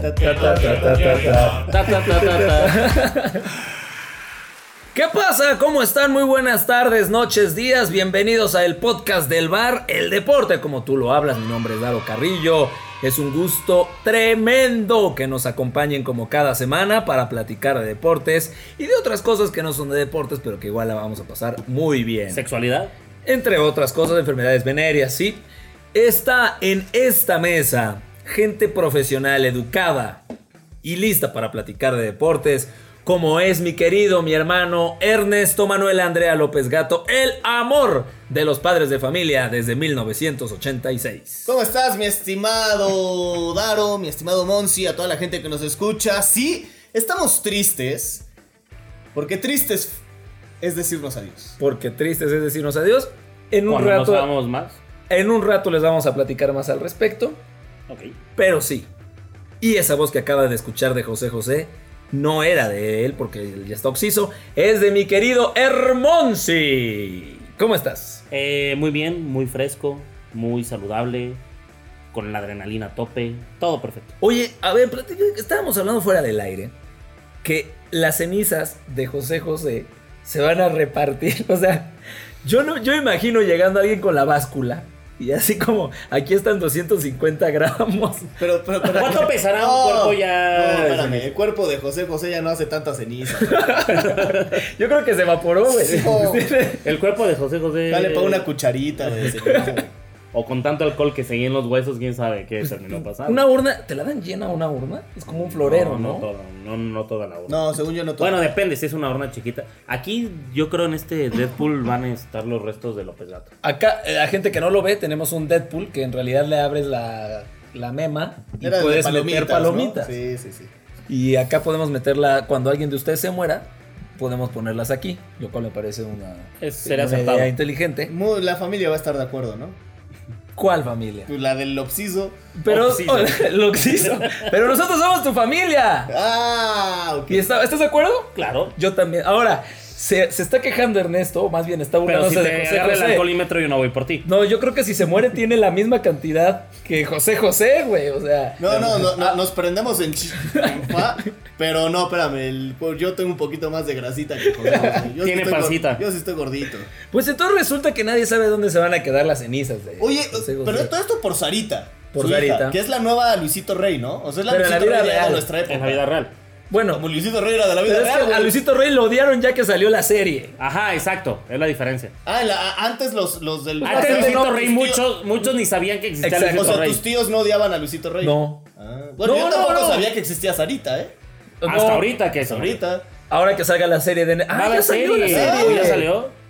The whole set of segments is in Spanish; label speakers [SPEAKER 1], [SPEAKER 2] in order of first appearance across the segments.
[SPEAKER 1] Ta, ta, ta, ta, ta, ta.
[SPEAKER 2] Ta, ta, ta, ta, ta.
[SPEAKER 3] ¿Qué pasa? ¿Cómo están? Muy buenas tardes, noches, días. Bienvenidos a el podcast del bar, el deporte, como tú lo hablas. Mi nombre es Daro Carrillo. Es un gusto tremendo que nos acompañen como cada semana para platicar de deportes y de otras cosas que no son de deportes, pero que igual la vamos a pasar muy bien
[SPEAKER 2] ¿Sexualidad?
[SPEAKER 3] entre otras cosas, enfermedades venéreas, ¿sí? Está en esta mesa gente profesional, educada y lista para platicar de deportes, como es mi querido, mi hermano Ernesto Manuel Andrea López Gato, el amor de los padres de familia desde 1986.
[SPEAKER 1] ¿Cómo estás, mi estimado Daro, mi estimado Monsi, a toda la gente que nos escucha? Sí, estamos tristes, porque tristes es decirnos adiós.
[SPEAKER 3] Porque tristes es decirnos adiós. En un,
[SPEAKER 2] Cuando nos
[SPEAKER 3] rato,
[SPEAKER 2] vamos más.
[SPEAKER 3] en un rato les vamos a platicar más al respecto.
[SPEAKER 2] Ok.
[SPEAKER 3] Pero sí. Y esa voz que acaba de escuchar de José José no era de él porque él ya está oxiso. Es de mi querido Hermonsi. ¿Cómo estás?
[SPEAKER 2] Eh, muy bien, muy fresco, muy saludable, con la adrenalina a tope, todo perfecto.
[SPEAKER 3] Oye, a ver, platica- estábamos hablando fuera del aire que las cenizas de José José se van a repartir. O sea, yo no, yo imagino llegando a alguien con la báscula y así como aquí están 250 gramos.
[SPEAKER 1] Pero, pero, pero-
[SPEAKER 2] ¿Cuánto pesará un cuerpo ya?
[SPEAKER 1] No, espérame, el cuerpo de José José ya no hace tanta ceniza.
[SPEAKER 3] Yo creo que se evaporó, güey.
[SPEAKER 1] No.
[SPEAKER 2] El cuerpo de José José.
[SPEAKER 1] Dale para una cucharita de ceniza. güey.
[SPEAKER 2] O con tanto alcohol que seguían los huesos, quién sabe
[SPEAKER 1] Pues,
[SPEAKER 2] qué terminó pasando.
[SPEAKER 3] Una urna, ¿te la dan llena una urna? Es como un florero,
[SPEAKER 2] No,
[SPEAKER 3] ¿no?
[SPEAKER 2] no, toda, no, no toda la urna.
[SPEAKER 1] No, según yo no todo.
[SPEAKER 2] Bueno, depende, si es una horna chiquita. Aquí yo creo en este Deadpool van a estar los restos de López Gato.
[SPEAKER 3] Acá, eh, la gente que no lo ve, tenemos un Deadpool que en realidad le abres la, la mema y
[SPEAKER 1] Era de
[SPEAKER 3] puedes meter palomitas.
[SPEAKER 1] palomitas, ¿no? Sí, sí, sí.
[SPEAKER 3] Y acá podemos meterla, cuando alguien de ustedes se muera, podemos ponerlas aquí, lo cual me parece una,
[SPEAKER 2] Es- sería
[SPEAKER 3] una
[SPEAKER 2] aceptado.
[SPEAKER 3] idea inteligente.
[SPEAKER 1] Muy- la familia va a estar de acuerdo, ¿no?
[SPEAKER 3] ¿Cuál familia?
[SPEAKER 1] Pues La del obsiso.
[SPEAKER 3] Pero,
[SPEAKER 2] Oxiso.
[SPEAKER 3] lo oxiso. Pero nosotros somos tu familia.
[SPEAKER 1] Ah, ok.
[SPEAKER 3] ¿Y está- ¿Estás de acuerdo?
[SPEAKER 2] Claro.
[SPEAKER 3] Yo también. Ahora, se, se está quejando Ernesto, o más bien está
[SPEAKER 2] Pero si
[SPEAKER 3] burlándose de
[SPEAKER 2] te
[SPEAKER 3] José
[SPEAKER 2] agarra el
[SPEAKER 3] José.
[SPEAKER 2] alcoholímetro yo no voy por ti.
[SPEAKER 3] No, yo creo que si se muere tiene la misma cantidad que José José, güey. O sea,
[SPEAKER 1] No, no, no, no, nos prendemos en chimpa, pero no, espérame, el- pues, yo tengo un poquito más de grasita que José. José. Yo
[SPEAKER 2] Tiene
[SPEAKER 1] estoy gor-
[SPEAKER 2] pancita.
[SPEAKER 1] Yo sí estoy gordito.
[SPEAKER 3] pues entonces resulta que nadie sabe dónde se van a quedar las cenizas de
[SPEAKER 1] Oye,
[SPEAKER 3] José José.
[SPEAKER 1] pero todo esto por Sarita.
[SPEAKER 3] Por
[SPEAKER 1] su hija,
[SPEAKER 3] Sarita.
[SPEAKER 1] que es la nueva Luisito Rey, ¿no? O sea, es la
[SPEAKER 3] Pero en la
[SPEAKER 1] Luisito
[SPEAKER 3] vida
[SPEAKER 1] Rey de
[SPEAKER 3] real.
[SPEAKER 1] nuestra época.
[SPEAKER 2] En la vida real.
[SPEAKER 3] Bueno,
[SPEAKER 1] Como Luisito Rey era de la vida
[SPEAKER 3] pero es
[SPEAKER 1] real.
[SPEAKER 3] que a
[SPEAKER 1] güey.
[SPEAKER 3] Luisito Rey lo odiaron ya que salió la serie.
[SPEAKER 2] Ajá, exacto. Es la diferencia.
[SPEAKER 1] Ah, en la- a- antes los, los del.
[SPEAKER 2] Antes de
[SPEAKER 3] Luisito
[SPEAKER 2] Luisito
[SPEAKER 3] no,
[SPEAKER 2] Rey
[SPEAKER 1] tus tíos-
[SPEAKER 2] muchos, muchos ni sabían que existía
[SPEAKER 3] Exacto.
[SPEAKER 1] O
[SPEAKER 2] Luisito
[SPEAKER 1] sea,
[SPEAKER 2] Rey.
[SPEAKER 1] tus tíos no odiaban a Luisito Rey.
[SPEAKER 3] No.
[SPEAKER 1] Ah, bueno,
[SPEAKER 3] No,
[SPEAKER 1] yo
[SPEAKER 3] no,
[SPEAKER 1] tampoco
[SPEAKER 3] no.
[SPEAKER 1] sabía que existía Sarita, ¿eh?
[SPEAKER 2] Hasta
[SPEAKER 3] No,
[SPEAKER 2] ahorita que es.
[SPEAKER 1] Ahorita.
[SPEAKER 3] Ahora que salga la serie de.
[SPEAKER 2] Va a
[SPEAKER 3] Ah,
[SPEAKER 2] haber
[SPEAKER 3] ya salió
[SPEAKER 2] serie.
[SPEAKER 3] la
[SPEAKER 2] ¿O
[SPEAKER 3] serie.
[SPEAKER 2] ya salió?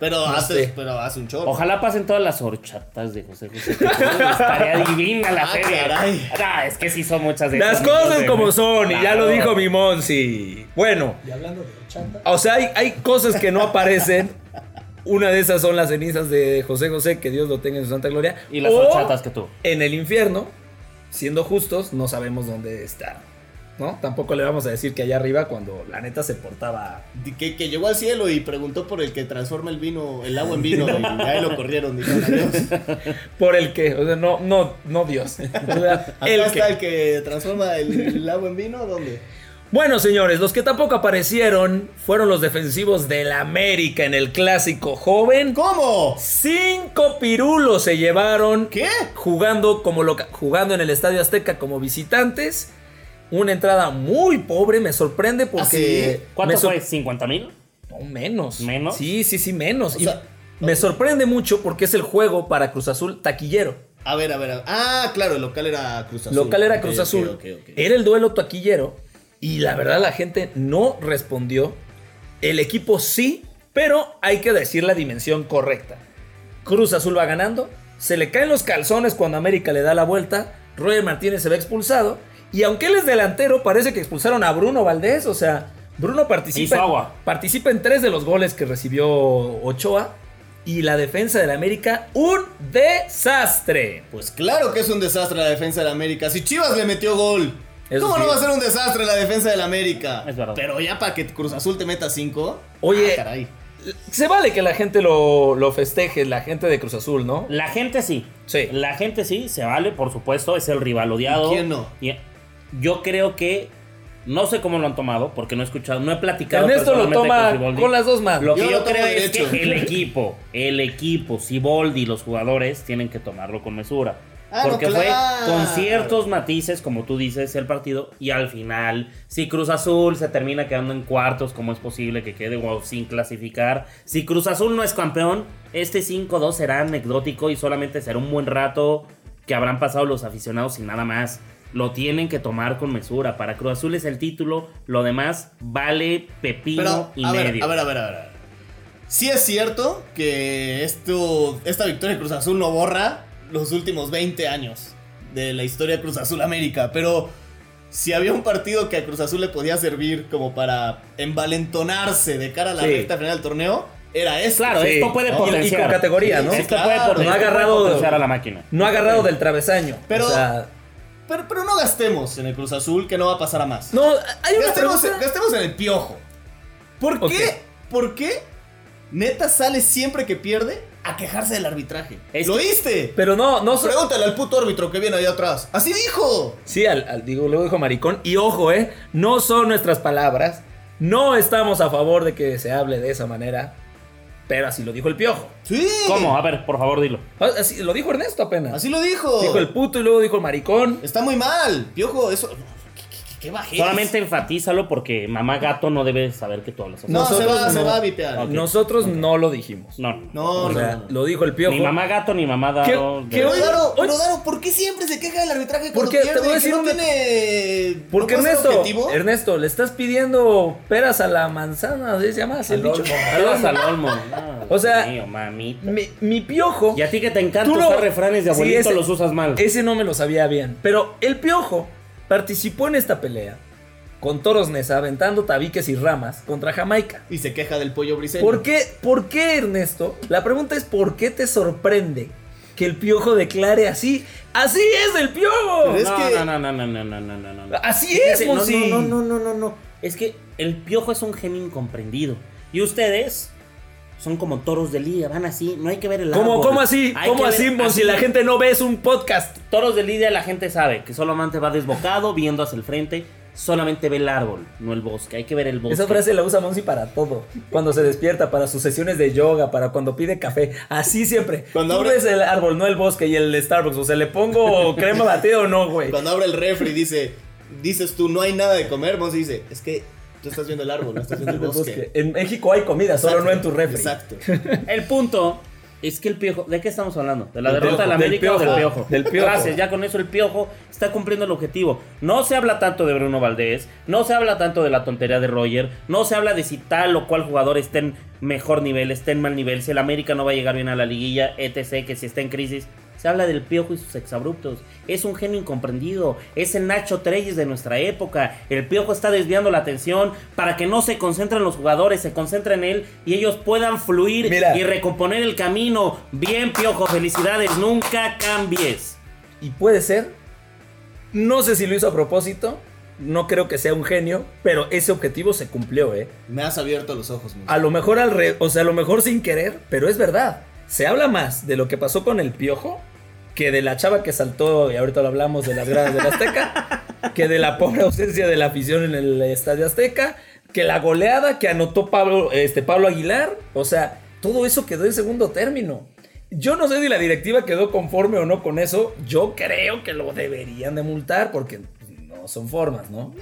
[SPEAKER 1] Pero, hace,
[SPEAKER 3] sé.
[SPEAKER 1] pero hace un chorro.
[SPEAKER 2] Ojalá pasen todas las horchatas de José José. Estaría divina la
[SPEAKER 1] Ah,
[SPEAKER 2] serie.
[SPEAKER 1] caray.
[SPEAKER 2] Ah, es que sí son muchas de
[SPEAKER 3] Las
[SPEAKER 2] esas, muchas
[SPEAKER 3] cosas
[SPEAKER 2] de-
[SPEAKER 3] como son, y ya lo
[SPEAKER 2] Claro.
[SPEAKER 3] dijo mi Monsi. Bueno,
[SPEAKER 4] Y hablando de horchata,
[SPEAKER 3] o sea, hay, hay cosas que no aparecen. Una de esas son las cenizas de José José, que Dios lo tenga en su santa gloria.
[SPEAKER 2] Y las
[SPEAKER 3] O-
[SPEAKER 2] horchatas que tú.
[SPEAKER 3] en el infierno, siendo justos, no sabemos dónde está. ¿No? Tampoco le vamos a decir que allá arriba cuando la neta se portaba.
[SPEAKER 1] Di- Que, que llegó al cielo y preguntó por el que transforma el vino, el agua en vino, y ahí lo corrieron, dijeron adiós.
[SPEAKER 3] Por el que, o sea, no, no, no Dios. O sea,
[SPEAKER 1] Acá
[SPEAKER 3] el que.
[SPEAKER 1] está el que transforma el, el agua en vino, ¿dónde?
[SPEAKER 3] Bueno, señores, los que tampoco aparecieron fueron los defensivos del América en el clásico joven.
[SPEAKER 1] ¿Cómo?
[SPEAKER 3] Cinco pirulos se llevaron
[SPEAKER 1] ¿Qué?
[SPEAKER 3] jugando como loca- jugando en el Estadio Azteca como visitantes. Una entrada muy pobre, me sorprende porque.
[SPEAKER 1] sí?
[SPEAKER 2] ¿Cuánto
[SPEAKER 3] me sor-
[SPEAKER 2] fue? ¿50 mil?
[SPEAKER 3] No, menos.
[SPEAKER 2] ¿Menos?
[SPEAKER 3] Sí, sí, sí, menos.
[SPEAKER 1] O
[SPEAKER 3] Y
[SPEAKER 1] sea,
[SPEAKER 3] me sorprende mucho porque es el juego para Cruz Azul taquillero.
[SPEAKER 1] A ver, a ver, a ver. Ah, claro, el local era Cruz Azul.
[SPEAKER 3] Local era
[SPEAKER 1] Ok,
[SPEAKER 3] Cruz
[SPEAKER 1] ok,
[SPEAKER 3] Azul.
[SPEAKER 1] ok, ok.
[SPEAKER 3] Era el duelo taquillero. Y la verdad, la gente no respondió. El equipo sí, pero hay que decir la dimensión correcta. Cruz Azul va ganando. Se le caen los calzones cuando América le da la vuelta. Roger Martínez se ve expulsado. Y aunque él es delantero, parece que expulsaron a Bruno Valdés. O sea, Bruno participa,
[SPEAKER 2] Hizo agua.
[SPEAKER 3] participa en tres de los goles que recibió Ochoa. Y la defensa del América, un desastre.
[SPEAKER 1] Pues claro que es un desastre la defensa del América. Si Chivas le metió gol,
[SPEAKER 3] Eso
[SPEAKER 1] ¿cómo
[SPEAKER 3] sí.
[SPEAKER 1] no va a ser un desastre la defensa del América?
[SPEAKER 2] Es verdad.
[SPEAKER 1] Pero ya para que Cruz Azul te meta cinco.
[SPEAKER 3] Oye.
[SPEAKER 1] ah, caray.
[SPEAKER 3] Se vale que la gente lo, lo festeje, la gente de Cruz Azul, ¿no?
[SPEAKER 2] La gente sí.
[SPEAKER 3] Sí.
[SPEAKER 2] La gente sí, se vale, por supuesto. Es el rival odiado.
[SPEAKER 1] ¿Y quién no?
[SPEAKER 2] Y- Yo creo que. No sé cómo lo han tomado, porque no he escuchado, no he platicado.
[SPEAKER 3] Ernesto lo
[SPEAKER 2] personalmente
[SPEAKER 3] toma
[SPEAKER 2] con Siboldi.
[SPEAKER 3] con las dos manos.
[SPEAKER 2] Lo que
[SPEAKER 1] Yo
[SPEAKER 2] yo,
[SPEAKER 1] lo tomo
[SPEAKER 2] creo es
[SPEAKER 1] derecho.
[SPEAKER 2] que el equipo, el equipo, Siboldi, los jugadores tienen que tomarlo con mesura.
[SPEAKER 1] Ah, no,
[SPEAKER 2] porque
[SPEAKER 1] claro.
[SPEAKER 2] fue con ciertos matices, como tú dices, el partido. Y al final, si Cruz Azul se termina quedando en cuartos, ¿cómo es posible que quede wow, sin clasificar? Si Cruz Azul no es campeón, este 5-2 será anecdótico y solamente será un buen rato que habrán pasado los aficionados sin nada más. Lo tienen que tomar con mesura. Para Cruz Azul es el título, lo demás vale pepino
[SPEAKER 1] Pero,
[SPEAKER 2] y
[SPEAKER 1] a
[SPEAKER 2] medio.
[SPEAKER 1] ver, a ver, a ver, a ver. Sí es cierto que esto, esta victoria de Cruz Azul no borra los últimos 20 años de la historia de Cruz Azul América, pero si había un partido que a Cruz Azul le podía servir como para envalentonarse de cara a la
[SPEAKER 3] Sí.
[SPEAKER 1] recta final del torneo, era eso.
[SPEAKER 2] Claro,
[SPEAKER 3] Sí.
[SPEAKER 2] esto
[SPEAKER 1] Y-
[SPEAKER 2] puede
[SPEAKER 1] y con
[SPEAKER 2] potenciar.
[SPEAKER 3] categoría, ¿no?
[SPEAKER 2] Esto
[SPEAKER 1] Claro.
[SPEAKER 2] puede potenciar,
[SPEAKER 1] No ha
[SPEAKER 2] puede
[SPEAKER 3] agarrado-
[SPEAKER 2] potenciar a la máquina.
[SPEAKER 3] No ha agarrado del travesaño.
[SPEAKER 1] Pero-
[SPEAKER 3] O sea,
[SPEAKER 1] Pero, pero no gastemos en el Cruz Azul, que no va a pasar a más.
[SPEAKER 3] no, hay una
[SPEAKER 1] Gastemos,
[SPEAKER 3] pregunta.
[SPEAKER 1] gastemos en el piojo. ¿Por
[SPEAKER 3] Ok.
[SPEAKER 1] qué? ¿Por qué neta sale siempre que pierde a quejarse del arbitraje?
[SPEAKER 2] Es
[SPEAKER 1] ¿Lo
[SPEAKER 2] que-
[SPEAKER 1] oíste?
[SPEAKER 3] Pero no, no. so-
[SPEAKER 1] Pregúntale al puto árbitro que viene ahí atrás. Así dijo.
[SPEAKER 3] Sí, al, al- digo, luego dijo maricón. Y ojo, eh, no son nuestras palabras. No estamos a favor de que se hable de esa manera. Pero así lo dijo el piojo.
[SPEAKER 1] Sí.
[SPEAKER 2] ¿Cómo? A ver, por favor, dilo.
[SPEAKER 3] Ah, Así lo dijo Ernesto apenas.
[SPEAKER 1] Así lo dijo.
[SPEAKER 3] Dijo el puto y luego dijo el maricón.
[SPEAKER 1] Está muy mal. Piojo, eso. ¿Qué, qué- qué bajez.
[SPEAKER 2] Solamente enfatízalo porque mamá gato no debe saber que tú hablas así.
[SPEAKER 1] No, se
[SPEAKER 3] Nosotros
[SPEAKER 1] va, se
[SPEAKER 3] no.
[SPEAKER 1] va a vipear.
[SPEAKER 2] Ok.
[SPEAKER 3] Nosotros no lo dijimos.
[SPEAKER 2] No, no.
[SPEAKER 1] No,
[SPEAKER 3] O
[SPEAKER 1] no.
[SPEAKER 3] sea,
[SPEAKER 1] no.
[SPEAKER 3] lo dijo el piojo.
[SPEAKER 2] Ni mamá gato ni mamá dado.
[SPEAKER 3] ¿Qué-
[SPEAKER 2] de-
[SPEAKER 1] Pero
[SPEAKER 3] hoy-
[SPEAKER 1] Daro,
[SPEAKER 3] hoy-
[SPEAKER 1] pero Daro, ¿por qué siempre se queja del arbitraje cuando
[SPEAKER 3] Porque te
[SPEAKER 1] pierde?
[SPEAKER 3] voy a
[SPEAKER 1] ¿Que
[SPEAKER 3] decir
[SPEAKER 1] no
[SPEAKER 3] una-
[SPEAKER 1] tiene...
[SPEAKER 3] Porque
[SPEAKER 1] no puede ser
[SPEAKER 3] Ernesto, Er
[SPEAKER 1] objetivo?
[SPEAKER 3] Ernesto, le estás pidiendo peras a la manzana, así se llama, así el
[SPEAKER 2] Al
[SPEAKER 3] dicho.
[SPEAKER 2] olmo. Peras al olmo. No,
[SPEAKER 3] O sea-
[SPEAKER 2] Dios mío, mamita.
[SPEAKER 3] Mi, mi piojo.
[SPEAKER 2] Y a ti que te encanta
[SPEAKER 3] Tú lo-
[SPEAKER 2] usar refranes de
[SPEAKER 3] Sí,
[SPEAKER 2] abuelito
[SPEAKER 3] ese-
[SPEAKER 2] los usas mal.
[SPEAKER 3] Ese no me lo sabía bien. Pero el Piojo participó en esta pelea con Toros Nesa aventando tabiques y ramas contra Jamaica.
[SPEAKER 1] Y se queja del pollo briseño.
[SPEAKER 3] ¿Por qué, ¿Por qué, Ernesto? La pregunta es ¿por qué te sorprende que el Piojo declare así? ¡Así es el Piojo!
[SPEAKER 1] Pero es
[SPEAKER 2] no,
[SPEAKER 1] que-
[SPEAKER 2] no, no, no, no, no, no, no, no, no.
[SPEAKER 3] ¡Así es,
[SPEAKER 2] Fíjate, no,
[SPEAKER 3] Monsi!
[SPEAKER 2] no, no, no, no, no, no. Es que el piojo es un genio incomprendido. Y ustedes son como toros de lidia, van así, no hay que ver el
[SPEAKER 3] ¿Cómo,
[SPEAKER 2] árbol.
[SPEAKER 3] cómo así?
[SPEAKER 2] Hay
[SPEAKER 3] ¿Cómo
[SPEAKER 2] que
[SPEAKER 3] así,
[SPEAKER 2] ver-
[SPEAKER 3] Monsi? La gente no ve, es un podcast.
[SPEAKER 2] Toros de lidia la gente sabe que solamente va desbocado, viendo hacia el frente, solamente ve el árbol, no el bosque. Hay que ver el bosque.
[SPEAKER 3] Esa frase la usa Monsi para todo. Cuando se despierta, para sus sesiones de yoga, para cuando pide café. Así siempre.
[SPEAKER 1] Cuando
[SPEAKER 3] Tú
[SPEAKER 1] abre-
[SPEAKER 3] ves el árbol, no el bosque y el Starbucks. O sea, ¿le pongo crema batida o no, güey?
[SPEAKER 1] Cuando abre el refri dice, dices tú, no hay nada de comer, Monse dice, es que tú estás viendo el árbol, no estás viendo el
[SPEAKER 3] Del
[SPEAKER 1] bosque.
[SPEAKER 3] bosque. En México hay comida, solo
[SPEAKER 1] Exacto,
[SPEAKER 3] no en tu refri.
[SPEAKER 1] Exacto.
[SPEAKER 2] El punto es que el piojo. ¿De qué estamos hablando? ¿De la
[SPEAKER 3] Del
[SPEAKER 2] derrota
[SPEAKER 3] piojo,
[SPEAKER 2] de la
[SPEAKER 3] del
[SPEAKER 2] América o del
[SPEAKER 3] piojo,
[SPEAKER 2] piojo?
[SPEAKER 3] del piojo.
[SPEAKER 2] Gracias, ya con eso el piojo está cumpliendo el objetivo. No se habla tanto de Bruno Valdés, no se habla tanto de la tontería de Roger, no se habla de si tal o cual jugador está en mejor nivel, está en mal nivel, si el América no va a llegar bien a la liguilla, etc., que si está en crisis. Se habla del Piojo y sus exabruptos. Es un genio incomprendido. Es el Nacho Treyes de nuestra época. El Piojo está desviando la atención para que no se concentren los jugadores, se concentren en él y ellos puedan fluir
[SPEAKER 3] Mira.
[SPEAKER 2] y recomponer el camino. Bien, Piojo, felicidades. Nunca cambies.
[SPEAKER 3] Y puede ser. No sé si lo hizo a propósito. No creo que sea un genio. Pero ese objetivo se cumplió, ¿eh?
[SPEAKER 1] Me has abierto los ojos, Monse.
[SPEAKER 3] A lo mejor al re- o sea, a lo mejor sin querer, pero es verdad. Se habla más de lo que pasó con el piojo que de la chava que saltó, y ahorita lo hablamos, de las gradas de la Azteca, que de la pobre ausencia de la afición en el Estadio Azteca, que la goleada que anotó Pablo, este, Pablo Aguilar. O sea, todo eso quedó en segundo término. Yo no sé si la directiva quedó conforme o no con eso. Yo creo que lo deberían de multar porque no son formas, ¿no?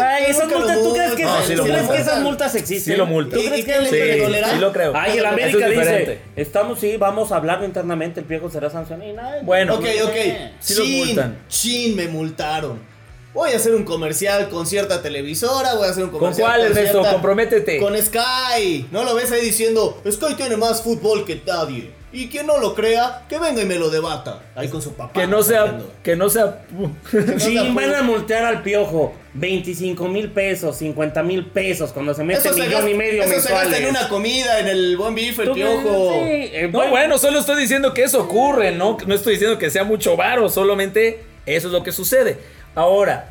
[SPEAKER 2] Ay, esas
[SPEAKER 1] nunca lo
[SPEAKER 2] multas, ¿tú crees que,
[SPEAKER 1] multan.
[SPEAKER 3] No, sí lo
[SPEAKER 2] ¿tú crees
[SPEAKER 3] multan.
[SPEAKER 2] que esas multas existen?
[SPEAKER 3] Sí lo multan.
[SPEAKER 2] ¿Tú crees
[SPEAKER 1] ¿Y
[SPEAKER 2] que
[SPEAKER 1] qué
[SPEAKER 2] le-
[SPEAKER 1] le- le dolerá?
[SPEAKER 3] sí lo creo.
[SPEAKER 2] Ay, el
[SPEAKER 3] Eso es
[SPEAKER 2] América dice,
[SPEAKER 3] diferente.
[SPEAKER 2] estamos, sí, vamos a hablarlo internamente, el Piojo será sancionado. Y nada,
[SPEAKER 3] Bueno,
[SPEAKER 1] ok, ok.
[SPEAKER 3] Sí los
[SPEAKER 1] Chin,
[SPEAKER 3] multan.
[SPEAKER 1] chin, me multaron. Voy a hacer un comercial con cierta televisora, voy a hacer un
[SPEAKER 3] ¿Con
[SPEAKER 1] comercial
[SPEAKER 3] cuál,
[SPEAKER 1] con
[SPEAKER 3] Ernesto?
[SPEAKER 1] cierta-
[SPEAKER 3] Comprométete.
[SPEAKER 1] Con Sky. No lo ves ahí diciendo, Sky tiene más fútbol que nadie. Y quien no lo crea, que venga y me lo debata. Ahí con su papá.
[SPEAKER 3] Que no sea.
[SPEAKER 1] saliendo.
[SPEAKER 3] Que no sea.
[SPEAKER 2] Sí,
[SPEAKER 1] No,
[SPEAKER 2] van
[SPEAKER 1] tampoco.
[SPEAKER 2] a multear al piojo 25 mil pesos, 50 mil pesos cuando se
[SPEAKER 3] este
[SPEAKER 2] mete
[SPEAKER 1] Eso se
[SPEAKER 2] millón
[SPEAKER 1] gasta,
[SPEAKER 2] y medio
[SPEAKER 1] eso se gasta en
[SPEAKER 2] mensuales.
[SPEAKER 1] una comida, en el buen bife, el
[SPEAKER 2] Tú-
[SPEAKER 1] piojo.
[SPEAKER 2] sí, eh,
[SPEAKER 3] No, bueno, solo estoy diciendo que eso ocurre, ¿no? No estoy diciendo que sea mucho varo, solamente eso es lo que sucede. Ahora,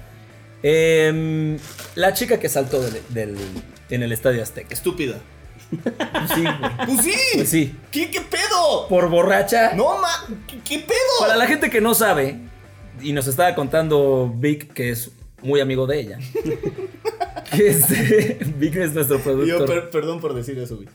[SPEAKER 3] em, la chica que saltó del, del- en el Estadio Azteca.
[SPEAKER 1] Estúpida.
[SPEAKER 3] Sí, güey.
[SPEAKER 1] Pues sí.
[SPEAKER 3] Pues sí.
[SPEAKER 1] ¿Qué, qué pedo?
[SPEAKER 3] Por borracha.
[SPEAKER 1] No, ma. ¿Qué, qué pedo?
[SPEAKER 3] Para la gente que no sabe, y nos estaba contando Vic, que es muy amigo de ella. que este, Vic es nuestro productor.
[SPEAKER 1] Yo per- perdón por decir eso, güey.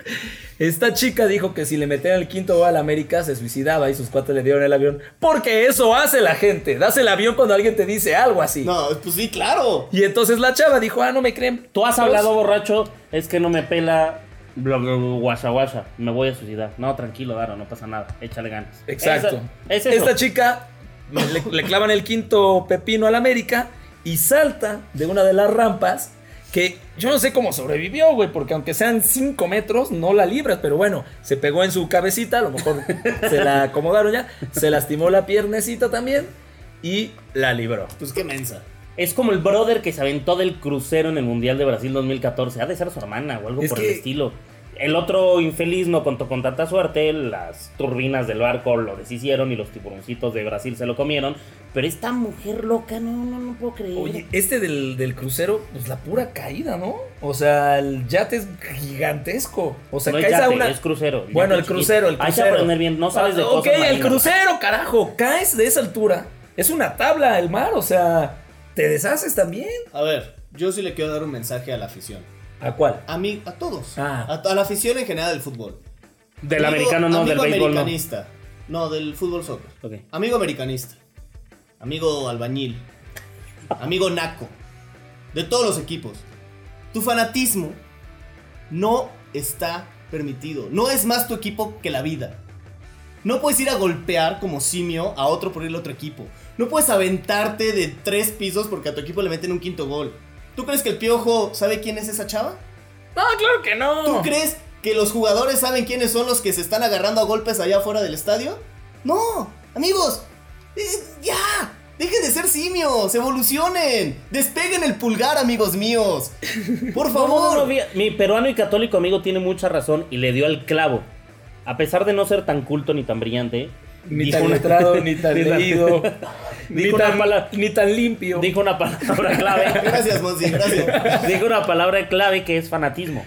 [SPEAKER 3] Esta chica dijo que si le metían el quinto gol a la América se suicidaba y sus cuates le dieron el avión. Porque eso hace la gente. Das el avión cuando alguien te dice algo así.
[SPEAKER 1] No, pues sí, claro.
[SPEAKER 3] Y entonces la chava dijo, ah, no me creen.
[SPEAKER 2] Tú has hablado borracho, es que no me pela. Bla, bla, bla, guasha, guasha. Me voy a suicidar. No, tranquilo, Daro, no pasa nada. Échale ganas.
[SPEAKER 3] Exacto.
[SPEAKER 2] Esa- es eso.
[SPEAKER 3] Esta chica le, le clavan el quinto pepino a la América y salta de una de las rampas que yo no sé cómo sobrevivió, güey, porque aunque sean 5 metros, no la libras, pero bueno, se pegó en su cabecita, a lo mejor se la acomodaron ya, se lastimó la piernecita también y la libró.
[SPEAKER 1] Pues qué mensa.
[SPEAKER 2] Es como el brother que se aventó del crucero en el Mundial de Brasil 2014. Ha de ser su hermana o algo
[SPEAKER 3] Es
[SPEAKER 2] por
[SPEAKER 3] que-
[SPEAKER 2] el estilo. El otro infeliz no contó con tanta suerte. Las turbinas del barco lo deshicieron y los tiburoncitos de Brasil se lo comieron. Pero esta mujer loca, no, no, no puedo creer.
[SPEAKER 3] Oye, este del, del crucero, pues la pura caída, ¿no? O sea, el yate es gigantesco. O sea,
[SPEAKER 2] No es
[SPEAKER 3] caes a
[SPEAKER 2] yate,
[SPEAKER 3] una.
[SPEAKER 2] es crucero.
[SPEAKER 3] Bueno,
[SPEAKER 2] Yate
[SPEAKER 3] el crucero, el
[SPEAKER 2] chiquito. Hay que
[SPEAKER 3] crucero. Ah,
[SPEAKER 2] aprender bien, no sabes de
[SPEAKER 3] Ok,
[SPEAKER 2] cosas
[SPEAKER 3] el
[SPEAKER 2] marinas.
[SPEAKER 3] crucero, carajo. Caes de esa altura. Es una tabla el mar, o sea, te deshaces también.
[SPEAKER 1] A ver, yo sí le quiero dar un mensaje a la afición.
[SPEAKER 3] ¿A cuál?
[SPEAKER 1] A mí, a todos.
[SPEAKER 3] Ah.
[SPEAKER 1] A, to- a la afición en general del fútbol.
[SPEAKER 2] Del
[SPEAKER 1] Amigo-
[SPEAKER 2] americano no, del
[SPEAKER 1] amigo
[SPEAKER 2] béisbol no.
[SPEAKER 1] americanista. No. del fútbol soccer.
[SPEAKER 2] Ok.
[SPEAKER 1] Amigo americanista. Amigo albañil. amigo naco. De todos los equipos. Tu fanatismo no está permitido. No es más tu equipo que la vida. No puedes ir a golpear como simio a otro por el otro equipo. No puedes aventarte de tres pisos porque a tu equipo le meten un quinto gol. ¿Tú crees que el piojo sabe quién es esa chava?
[SPEAKER 3] No, claro que no.
[SPEAKER 1] ¿Tú crees que los jugadores saben quiénes son los que se están agarrando a golpes allá afuera del estadio? No, amigos, eh, ya, dejen de ser simios, evolucionen, despeguen el pulgar, amigos míos. Por
[SPEAKER 2] No, no, no,
[SPEAKER 1] favor.
[SPEAKER 2] no, vi- mi peruano y católico amigo tiene mucha razón y le dio al clavo. A pesar de no ser tan culto ni tan brillante,
[SPEAKER 3] Ni
[SPEAKER 2] dijo
[SPEAKER 3] tan
[SPEAKER 2] una-
[SPEAKER 3] letrado, ni tan
[SPEAKER 2] ni tan-
[SPEAKER 3] leído. ni,
[SPEAKER 2] Dijo una
[SPEAKER 3] tan,
[SPEAKER 2] mala-
[SPEAKER 3] ni tan limpio.
[SPEAKER 2] dijo una palabra clave.
[SPEAKER 1] Gracias, Monsi, gracias.
[SPEAKER 2] dijo una palabra clave que es fanatismo.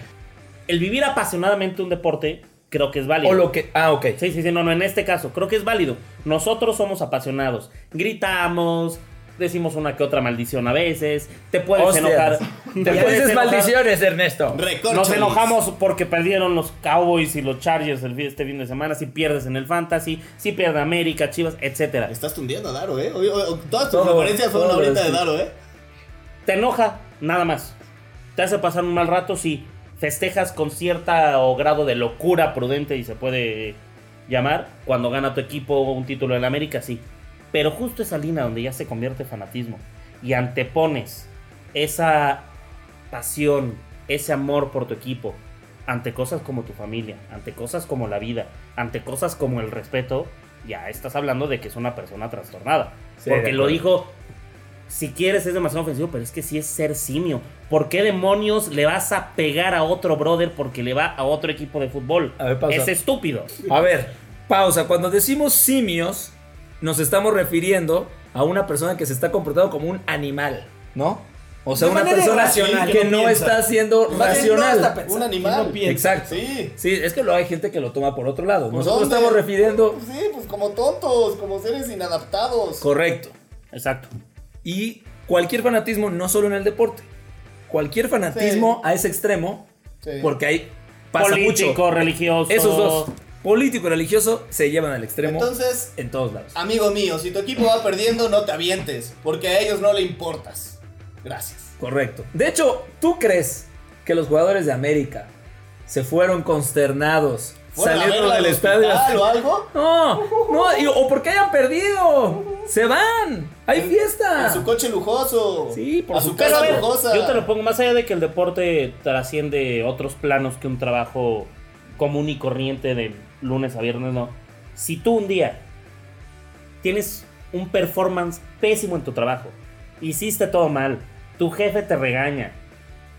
[SPEAKER 2] El vivir apasionadamente un deporte creo que es válido.
[SPEAKER 3] o lo que. Ah, ok.
[SPEAKER 2] Sí, sí, sí, no, no, en este caso, creo que es válido. Nosotros somos apasionados. Gritamos, decimos una que otra maldición a veces, te puedes
[SPEAKER 3] Hostias.
[SPEAKER 2] enojar.
[SPEAKER 3] Te puedes
[SPEAKER 2] enojar.
[SPEAKER 3] maldiciones, Ernesto.
[SPEAKER 1] Recorcholis.
[SPEAKER 2] Nos enojamos porque perdieron los Cowboys y los Chargers el, fi- este fin de semana. Si pierdes en el Fantasy, si pierde América, Chivas, etcétera.
[SPEAKER 1] Estás tundiendo a Daro, ¿eh? Hoy- hoy- hoy- todas tus
[SPEAKER 3] Todo,
[SPEAKER 1] referencias fueron
[SPEAKER 3] todo,
[SPEAKER 1] ahorita
[SPEAKER 3] sí.
[SPEAKER 1] de Daro, ¿eh?
[SPEAKER 2] Te enoja, nada más. Te hace pasar un mal rato si festejas con cierta o grado de locura prudente y se puede llamar cuando gana tu equipo un título en América, sí. Pero justo esa línea donde ya se convierte fanatismo y antepones esa pasión, ese amor por tu equipo ante cosas como tu familia, ante cosas como la vida, ante cosas como el respeto, ya estás hablando de que es una persona trastornada.
[SPEAKER 3] Sí, de
[SPEAKER 2] Porque
[SPEAKER 3] acuerdo.
[SPEAKER 2] lo dijo si quieres es demasiado ofensivo, pero es que sí es ser simio. ¿Por qué demonios le vas a pegar a otro brother porque le va a otro equipo de fútbol?
[SPEAKER 3] A ver, pausa.
[SPEAKER 2] Es estúpido.
[SPEAKER 3] A ver, pausa. Cuando decimos simios, nos estamos refiriendo a una persona que se está comportando como un animal, ¿no? O sea,
[SPEAKER 1] De
[SPEAKER 3] una
[SPEAKER 1] manera
[SPEAKER 3] persona
[SPEAKER 1] irracional,
[SPEAKER 3] que
[SPEAKER 1] que
[SPEAKER 3] no
[SPEAKER 1] no piensa.
[SPEAKER 3] está siendo racional.
[SPEAKER 1] Un animal.
[SPEAKER 3] Exacto.
[SPEAKER 1] Sí.
[SPEAKER 3] Sí, es que lo hay gente que lo toma por otro lado. Nosotros
[SPEAKER 1] ¿Dónde?
[SPEAKER 3] estamos refiriendo.
[SPEAKER 1] Sí, pues como tontos, como seres inadaptados.
[SPEAKER 3] Correcto.
[SPEAKER 2] Exacto.
[SPEAKER 3] Y cualquier fanatismo, no solo en el deporte. Cualquier fanatismo a ese extremo,
[SPEAKER 1] Sí.
[SPEAKER 3] porque hay. Pasa
[SPEAKER 2] Político,
[SPEAKER 3] mucho.
[SPEAKER 2] religioso.
[SPEAKER 3] Esos dos, político y religioso, se llevan al extremo
[SPEAKER 1] Entonces,
[SPEAKER 3] en todos lados.
[SPEAKER 1] Amigo mío, si tu equipo va perdiendo, no te avientes, porque a ellos no le importas. Gracias.
[SPEAKER 3] Correcto. De hecho, ¿tú crees que los jugadores de América se fueron consternados
[SPEAKER 1] ¿Fueron a
[SPEAKER 3] saliendo
[SPEAKER 1] verla
[SPEAKER 3] del
[SPEAKER 1] al
[SPEAKER 3] estadio?
[SPEAKER 1] hospital o algo?
[SPEAKER 3] No, no, y- o porque hayan perdido. Se van. Hay fiesta.
[SPEAKER 1] A su coche lujoso.
[SPEAKER 3] Sí, por
[SPEAKER 1] A su
[SPEAKER 3] supuesto.
[SPEAKER 2] Pero a
[SPEAKER 1] casa
[SPEAKER 2] ver,
[SPEAKER 1] lujosa.
[SPEAKER 2] yo te lo pongo más allá de que el deporte trasciende otros planos que un trabajo común y corriente de lunes a viernes, no. Si tú un día tienes un performance pésimo en tu trabajo, hiciste todo mal, tu jefe te regaña,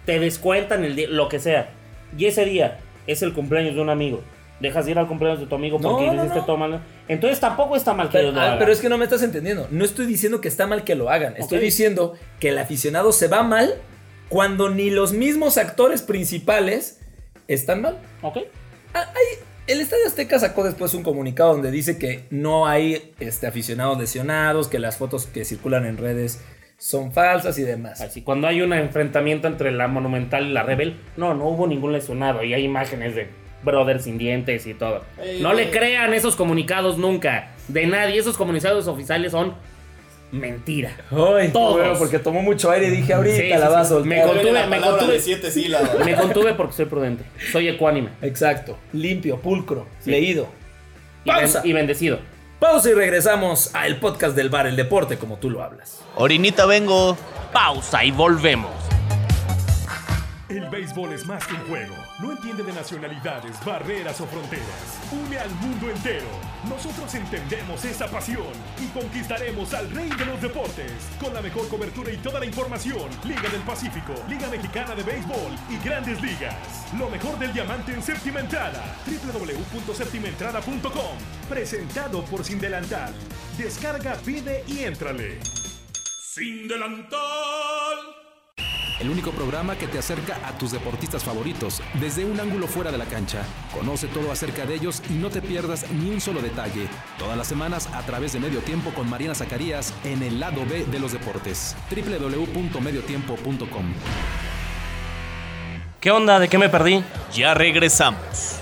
[SPEAKER 2] te descuentan el día, lo que sea, y ese día es el cumpleaños de un amigo, dejas de ir al cumpleaños de tu amigo
[SPEAKER 3] No,
[SPEAKER 2] porque
[SPEAKER 3] no,
[SPEAKER 2] lo hiciste
[SPEAKER 3] no.
[SPEAKER 2] todo mal, entonces tampoco está mal que
[SPEAKER 3] Pero,
[SPEAKER 2] ellos lo
[SPEAKER 3] ah,
[SPEAKER 2] hagan.
[SPEAKER 3] pero es que no me estás entendiendo. No estoy diciendo que está mal que lo hagan. Estoy
[SPEAKER 2] Ok.
[SPEAKER 3] diciendo que el aficionado se va mal cuando ni los mismos actores principales están mal.
[SPEAKER 2] ¿Ok?
[SPEAKER 3] Ah, hay- el Estadio Azteca sacó después un comunicado donde dice que no hay este, aficionados lesionados, que las fotos que circulan en redes son falsas y demás.
[SPEAKER 2] Así, cuando hay un enfrentamiento entre la Monumental y la Rebel, no, no hubo ningún lesionado y hay imágenes de brothers sin dientes y todo.
[SPEAKER 1] Ey,
[SPEAKER 2] no le
[SPEAKER 1] ey.
[SPEAKER 2] crean esos comunicados nunca, de nadie. Esos comunicados oficiales son mentira.
[SPEAKER 3] Ay,
[SPEAKER 2] Todos.
[SPEAKER 3] bueno, porque tomó mucho aire y dije, ahorita
[SPEAKER 2] Sí, sí,
[SPEAKER 3] la
[SPEAKER 2] sí.
[SPEAKER 3] vas a soltar.
[SPEAKER 2] Me contuve,
[SPEAKER 1] Viene la
[SPEAKER 2] me
[SPEAKER 1] palabra
[SPEAKER 2] contuve.
[SPEAKER 1] de siete sílabas.
[SPEAKER 2] Me contuve porque soy prudente, soy ecuánime
[SPEAKER 3] Exacto, limpio, pulcro,
[SPEAKER 2] Sí.
[SPEAKER 3] leído.
[SPEAKER 2] y, ben-
[SPEAKER 3] Pausa.
[SPEAKER 2] y bendecido.
[SPEAKER 3] Pausa y regresamos al podcast del bar, el deporte como tú lo hablas.
[SPEAKER 1] Orinita vengo.
[SPEAKER 2] Pausa y volvemos.
[SPEAKER 4] El béisbol es más que un juego. No entiende de nacionalidades, barreras o fronteras. Une al mundo entero. Nosotros entendemos esa pasión y conquistaremos al rey de los deportes. Con la mejor cobertura y toda la información. Liga del Pacífico, Liga Mexicana de Béisbol y Grandes Ligas. Lo mejor del diamante en séptima entrada. www.septimaentrada.com. Presentado por Sin Delantal. Descarga, pide y éntrale. Sin Delantal.
[SPEAKER 5] El único programa que te acerca a tus deportistas favoritos desde un ángulo fuera de la cancha. Conoce todo acerca de ellos y no te pierdas ni un solo detalle. Todas las semanas a través de Medio Tiempo con Mariana Zacarías en el lado B de los deportes. www.mediotiempo.com.
[SPEAKER 2] ¿Qué onda? ¿De qué me perdí?
[SPEAKER 6] Ya regresamos.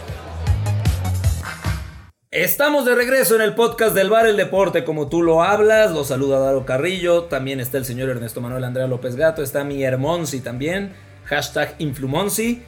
[SPEAKER 3] Estamos de regreso en el podcast del Bar El Deporte, como tú lo hablas. Los saluda Daro Carrillo. También está el señor Ernesto Manuel Andrea López Gato. Está mi Hermonsi también. Hashtag Influmonsi.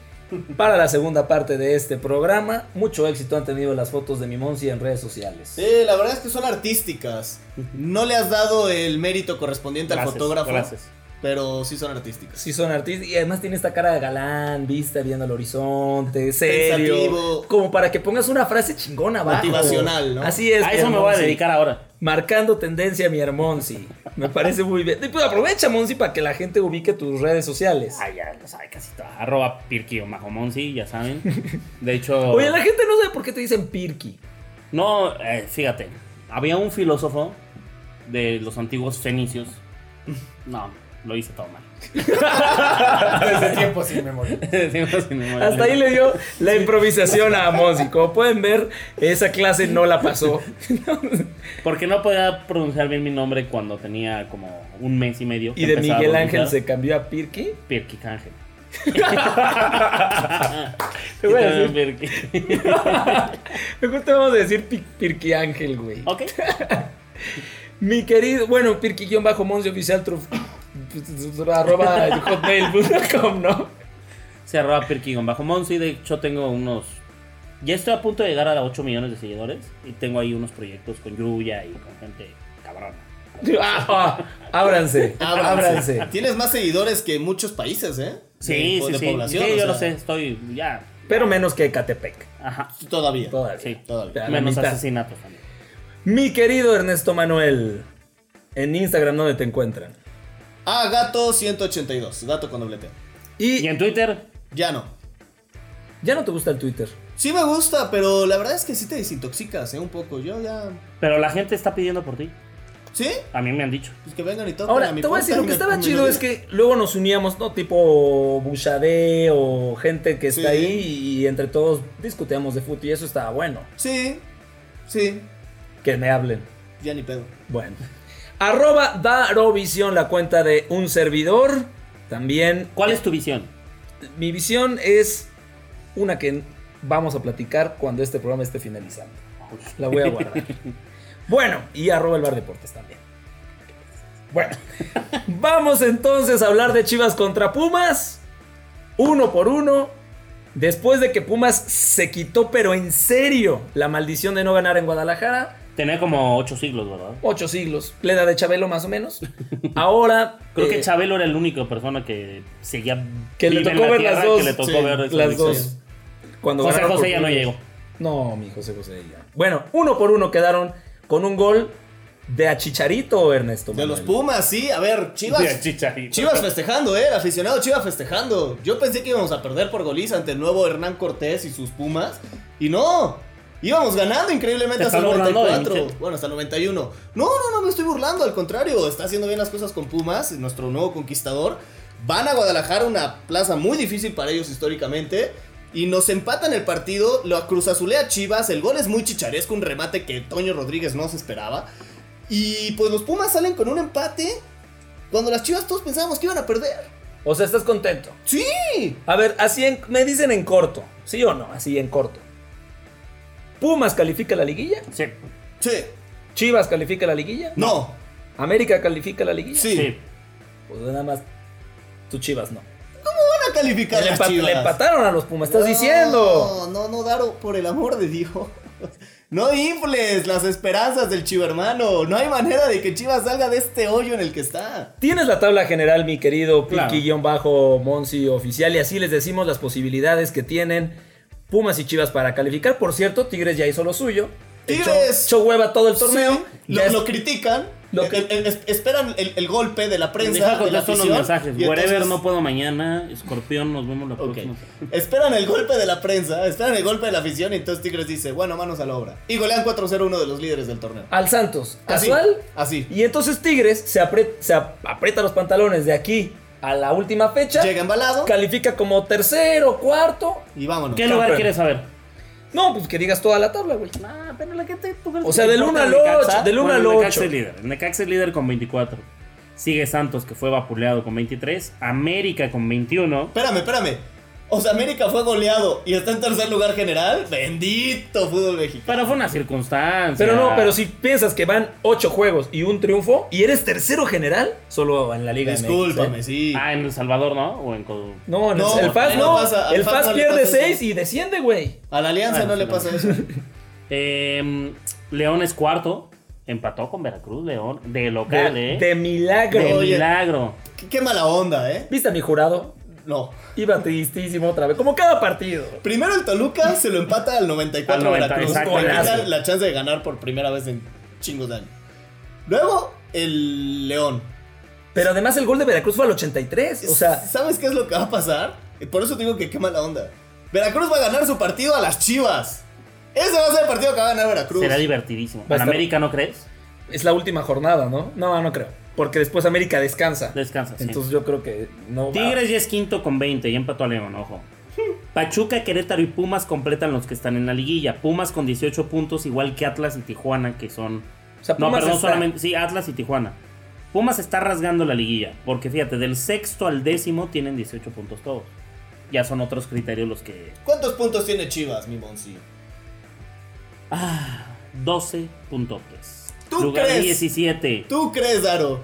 [SPEAKER 3] Para la segunda parte de este programa, mucho éxito han tenido las fotos de mi Monsi en redes sociales.
[SPEAKER 1] Sí, la verdad es que son artísticas. No le has dado el mérito correspondiente
[SPEAKER 2] Gracias,
[SPEAKER 1] al fotógrafo.
[SPEAKER 2] gracias.
[SPEAKER 1] Pero sí son artísticas.
[SPEAKER 3] Sí, son artistas. Y además tiene esta cara de galán, vista, viendo al horizonte, serio.
[SPEAKER 1] Pensativo.
[SPEAKER 3] Como para que pongas una frase chingona, abajo.
[SPEAKER 1] Motivacional, ¿no?
[SPEAKER 3] Así es.
[SPEAKER 2] a eso me voy a
[SPEAKER 3] Hermonsi.
[SPEAKER 2] dedicar ahora.
[SPEAKER 3] Marcando tendencia, mi Hermonsi. Me parece muy bien. Y, Pues aprovecha, Monsi, para que la gente ubique tus redes sociales.
[SPEAKER 2] Ah, ya lo sabe casi todo. Arroba Pirqui o Majomonsi, ya saben. De hecho.
[SPEAKER 3] Oye, la gente no sabe por qué te dicen Pirki.
[SPEAKER 2] No, eh, fíjate, había un filósofo de los antiguos fenicios. No, lo hice todo mal.
[SPEAKER 3] Desde tiempo sin memoria.
[SPEAKER 2] Siempre sin memoria.
[SPEAKER 3] Hasta ahí le dio la improvisación a Monsi. Como pueden ver, esa clase no la pasó.
[SPEAKER 2] Porque no podía pronunciar bien mi nombre cuando tenía como un mes y medio. que
[SPEAKER 3] Y de
[SPEAKER 2] empezaba a
[SPEAKER 3] Miguel Ángel
[SPEAKER 2] pronunciar
[SPEAKER 3] se cambió a Pirki.
[SPEAKER 2] Pirqui Ángel.
[SPEAKER 3] Te voy a
[SPEAKER 2] Y también Pirqui.
[SPEAKER 3] Mejor te vamos a decir Pi- Pirqui Ángel, güey.
[SPEAKER 2] ok.
[SPEAKER 3] Mi querido, bueno, Pirqui-Monsi oficial truf- arroba hotmail.com, ¿no?
[SPEAKER 2] Se arroba Pirqui con bajo Monsi. De hecho, tengo unos. Ya estoy a punto de llegar a 8 millones de seguidores. Y tengo ahí unos proyectos con Yuya y con gente cabrona.
[SPEAKER 3] Ah, ah, ábranse,
[SPEAKER 1] Ábranse.
[SPEAKER 3] ábranse.
[SPEAKER 1] Ah, Tienes más seguidores que muchos países, ¿eh?
[SPEAKER 2] Sí,
[SPEAKER 1] De-
[SPEAKER 2] sí,
[SPEAKER 1] de
[SPEAKER 2] sí.
[SPEAKER 1] población,
[SPEAKER 2] sí,
[SPEAKER 1] o
[SPEAKER 2] yo
[SPEAKER 1] sea,
[SPEAKER 2] lo sé, estoy ya.
[SPEAKER 3] Pero menos que Ecatepec.
[SPEAKER 2] Ajá.
[SPEAKER 1] Todavía.
[SPEAKER 3] Todavía.
[SPEAKER 2] Sí.
[SPEAKER 1] Todavía.
[SPEAKER 3] A la
[SPEAKER 2] Menos
[SPEAKER 3] mitad.
[SPEAKER 2] asesinatos también.
[SPEAKER 3] Mi querido Ernesto Manuel, en Instagram, ¿dónde te encuentran?
[SPEAKER 1] Ah, gato 182. Gato con doble T.
[SPEAKER 2] Y
[SPEAKER 3] Y
[SPEAKER 2] en Twitter,
[SPEAKER 1] Ya no.
[SPEAKER 3] ya no te gusta el Twitter.
[SPEAKER 1] Sí me gusta, pero la verdad es que sí te desintoxicas, ¿eh? Un poco. Yo ya.
[SPEAKER 2] pero la gente está pidiendo por ti.
[SPEAKER 1] ¿Sí?
[SPEAKER 2] A mí me han dicho.
[SPEAKER 1] Pues que vengan y toquen
[SPEAKER 3] Ahora,
[SPEAKER 1] a mi
[SPEAKER 3] te voy a decir, lo
[SPEAKER 1] puerta y
[SPEAKER 3] que
[SPEAKER 1] me-
[SPEAKER 3] estaba
[SPEAKER 1] me
[SPEAKER 3] chido
[SPEAKER 1] lo
[SPEAKER 3] es que luego nos uníamos, ¿no? Tipo Bushade o gente que está
[SPEAKER 1] Sí.
[SPEAKER 3] ahí y entre todos discutíamos de fútbol y eso estaba bueno.
[SPEAKER 1] Sí. Sí.
[SPEAKER 3] Que me hablen.
[SPEAKER 1] Ya ni pedo.
[SPEAKER 3] Bueno. Arroba Darovisión, la cuenta de un servidor. También
[SPEAKER 2] ¿Cuál es tu visión?
[SPEAKER 3] mi visión es una que vamos a platicar cuando este programa esté finalizando. La voy a guardar. Bueno, y arroba el bar deportes también. Bueno, vamos entonces a hablar de Chivas contra Pumas. Uno por uno. Después de que Pumas se quitó, pero en serio, la maldición de no ganar en Guadalajara.
[SPEAKER 2] Tenía como ocho siglos, ¿verdad?
[SPEAKER 3] Ocho siglos. La edad de Chabelo, más o menos. Ahora.
[SPEAKER 2] Creo
[SPEAKER 3] eh,
[SPEAKER 2] que Chabelo era la única persona que seguía.
[SPEAKER 3] Que le
[SPEAKER 2] viva en
[SPEAKER 3] tocó
[SPEAKER 2] la
[SPEAKER 3] ver las
[SPEAKER 2] tierra,
[SPEAKER 3] dos,
[SPEAKER 2] Que le tocó
[SPEAKER 1] sí,
[SPEAKER 2] ver esa
[SPEAKER 3] Las
[SPEAKER 2] elección.
[SPEAKER 3] dos. Cuando
[SPEAKER 2] José
[SPEAKER 3] ganaron
[SPEAKER 2] José
[SPEAKER 3] por
[SPEAKER 2] ya no
[SPEAKER 3] puntos.
[SPEAKER 2] llegó.
[SPEAKER 3] No, mi José José ya. Bueno, uno por uno quedaron con un gol de achicharito, Ernesto.
[SPEAKER 1] De los
[SPEAKER 3] Manuel.
[SPEAKER 1] Pumas, sí. A ver, Chivas.
[SPEAKER 2] Sí, Chicharito.
[SPEAKER 1] Chivas festejando, eh, el aficionado Chivas festejando. Yo pensé que íbamos a perder por goliza ante el nuevo Hernán Cortés y sus Pumas. Y no, íbamos ganando increíblemente
[SPEAKER 2] Te
[SPEAKER 1] hasta el
[SPEAKER 2] estás burlando de
[SPEAKER 1] 94.
[SPEAKER 2] Michel.
[SPEAKER 1] Bueno, hasta el 91. No, no, no me estoy burlando, al contrario, está haciendo bien las cosas con Pumas, es nuestro nuevo conquistador. Van a Guadalajara, una plaza muy difícil para ellos históricamente. Y nos empatan el partido, lo cruzazulea Chivas, el gol es muy chicharesco, un remate que Toño Rodríguez no se esperaba. Y pues los Pumas salen con un empate Cuando las chivas todos pensábamos que iban a perder.
[SPEAKER 3] O sea, estás contento.
[SPEAKER 1] ¡Sí!
[SPEAKER 3] A ver, así en- me dicen en corto. ¿Sí o no? Así en corto. Pumas califica la liguilla.
[SPEAKER 2] Sí,
[SPEAKER 1] Sí.
[SPEAKER 3] Chivas califica la liguilla.
[SPEAKER 1] No.
[SPEAKER 3] América califica la liguilla.
[SPEAKER 1] Sí.
[SPEAKER 2] sí.
[SPEAKER 3] Pues nada más. Tú Chivas no.
[SPEAKER 1] Van a calificar
[SPEAKER 3] Le,
[SPEAKER 1] las
[SPEAKER 3] empa-
[SPEAKER 1] chivas.
[SPEAKER 3] le empataron a los Pumas, estás
[SPEAKER 1] No,
[SPEAKER 3] diciendo.
[SPEAKER 1] No, no, no, Daro, por el amor de Dios. No infles las esperanzas del chivo hermano. No hay manera de que Chivas salga de este hoyo en el que está.
[SPEAKER 3] Tienes la tabla general, mi querido
[SPEAKER 2] Claro.
[SPEAKER 3] Pinky-Monsi oficial, y así les decimos las posibilidades que tienen Pumas y Chivas para calificar. Por cierto, Tigres ya hizo lo suyo.
[SPEAKER 1] Tigres.
[SPEAKER 3] Echó, echó hueva todo el torneo.
[SPEAKER 1] Sí,
[SPEAKER 3] Ya
[SPEAKER 1] lo,
[SPEAKER 3] es-
[SPEAKER 1] lo critican.
[SPEAKER 3] Lo
[SPEAKER 1] eh,
[SPEAKER 3] cri-
[SPEAKER 1] eh, es- esperan el, el golpe de la prensa.
[SPEAKER 2] Deja
[SPEAKER 1] De la
[SPEAKER 2] contestar unos
[SPEAKER 1] afición,
[SPEAKER 2] mensajes.
[SPEAKER 1] y
[SPEAKER 2] Wherever
[SPEAKER 1] entonces-
[SPEAKER 2] no puedo mañana. Escorpión, nos vemos la
[SPEAKER 1] Ok.
[SPEAKER 2] próxima.
[SPEAKER 1] Esperan el golpe de la prensa, esperan el golpe de la afición y entonces Tigres dice, bueno, manos a la obra. Y golean 4-0 uno de los líderes del torneo.
[SPEAKER 3] Al Santos.
[SPEAKER 1] Así,
[SPEAKER 3] Casual.
[SPEAKER 1] así.
[SPEAKER 3] Y entonces Tigres se, apre- se ap- aprieta los pantalones de aquí a la última fecha.
[SPEAKER 1] Llega embalado
[SPEAKER 3] Califica como tercero, cuarto.
[SPEAKER 1] y vámonos.
[SPEAKER 2] ¿Qué lugar
[SPEAKER 3] Campeón.
[SPEAKER 2] quieres saber?
[SPEAKER 3] No, pues que digas toda la tabla, güey.
[SPEAKER 2] No, pero la gente. tú crees
[SPEAKER 3] O
[SPEAKER 2] que
[SPEAKER 3] sea,
[SPEAKER 2] te
[SPEAKER 3] del
[SPEAKER 2] importa
[SPEAKER 3] 1 al
[SPEAKER 2] el Necaxa?
[SPEAKER 3] 8. Del 1
[SPEAKER 2] Bueno,
[SPEAKER 3] al
[SPEAKER 2] el
[SPEAKER 3] 8.
[SPEAKER 2] Necaxa es líder. El Necaxa es líder con 24. Sigue Santos, que fue vapuleado con 23. América con 21.
[SPEAKER 1] Espérame, espérame. O sea, América fue goleado y está en tercer lugar general. Bendito fútbol mexicano.
[SPEAKER 2] Pero fue una circunstancia.
[SPEAKER 3] Pero no, pero si piensas que van ocho juegos y un triunfo y eres tercero general, solo en la Liga MX,
[SPEAKER 1] Discúlpame,
[SPEAKER 3] ¿eh?
[SPEAKER 1] sí.
[SPEAKER 2] Ah, en El Salvador, ¿no? O en. Co-
[SPEAKER 3] No, en el-
[SPEAKER 1] No,
[SPEAKER 3] el FAS
[SPEAKER 1] no
[SPEAKER 3] no.
[SPEAKER 1] pasa, al
[SPEAKER 3] el
[SPEAKER 1] FAS
[SPEAKER 3] FAS
[SPEAKER 1] no le
[SPEAKER 3] pierde
[SPEAKER 1] pasa eso.
[SPEAKER 3] 6 y desciende, güey.
[SPEAKER 1] A la alianza
[SPEAKER 2] Bueno,
[SPEAKER 1] no le
[SPEAKER 2] sí,
[SPEAKER 1] pasa
[SPEAKER 2] no.
[SPEAKER 1] eso.
[SPEAKER 2] Eh, León es cuarto. Empató con Veracruz, León. De
[SPEAKER 3] De,
[SPEAKER 2] local, ¿eh?
[SPEAKER 3] de milagro.
[SPEAKER 2] De
[SPEAKER 1] Oye.
[SPEAKER 2] milagro.
[SPEAKER 1] qué, qué mala onda, ¿eh?
[SPEAKER 3] ¿Viste a mi jurado?
[SPEAKER 1] No.
[SPEAKER 3] Iba tristísimo otra vez, como cada partido.
[SPEAKER 1] Primero el Toluca se lo empata al 94
[SPEAKER 2] Al
[SPEAKER 1] Veracruz.
[SPEAKER 2] 90,
[SPEAKER 1] le
[SPEAKER 3] exacto.
[SPEAKER 1] quita la chance de ganar por primera vez en chingos de años. Luego el León.
[SPEAKER 3] Pero además el gol de Veracruz fue al 83. O sea,
[SPEAKER 1] ¿sabes qué es lo que va a pasar? Y Por eso te digo que qué mala onda. Veracruz va a ganar su partido a las Chivas. Ese va a ser el partido que va a ganar Veracruz.
[SPEAKER 2] Será divertidísimo.
[SPEAKER 3] a
[SPEAKER 2] ¿En
[SPEAKER 3] estar-
[SPEAKER 2] América no crees?
[SPEAKER 3] es la última jornada, ¿no? No, no creo. Porque después América descansa.
[SPEAKER 2] Descansa, sí.
[SPEAKER 3] Entonces yo creo que no. va-
[SPEAKER 2] Tigres ya es quinto con 20 y empató a León, ojo. Pachuca, Querétaro y Pumas completan los que están en la liguilla. Pumas con 18 puntos, igual que Atlas y Tijuana, que son.
[SPEAKER 3] O sea,
[SPEAKER 2] no,
[SPEAKER 3] Pumas
[SPEAKER 2] perdón,
[SPEAKER 3] está-
[SPEAKER 2] solamente. Sí, Atlas y Tijuana. Pumas está rasgando la liguilla, porque fíjate, del sexto al décimo tienen 18 puntos todos. Ya son otros criterios los que.
[SPEAKER 1] ¿Cuántos puntos tiene Chivas, mi Bonsi?
[SPEAKER 2] Ah, 12.3.
[SPEAKER 1] ¿Tú
[SPEAKER 2] Lugar
[SPEAKER 1] crees?
[SPEAKER 2] 17.
[SPEAKER 1] ¿Tú crees, Daro,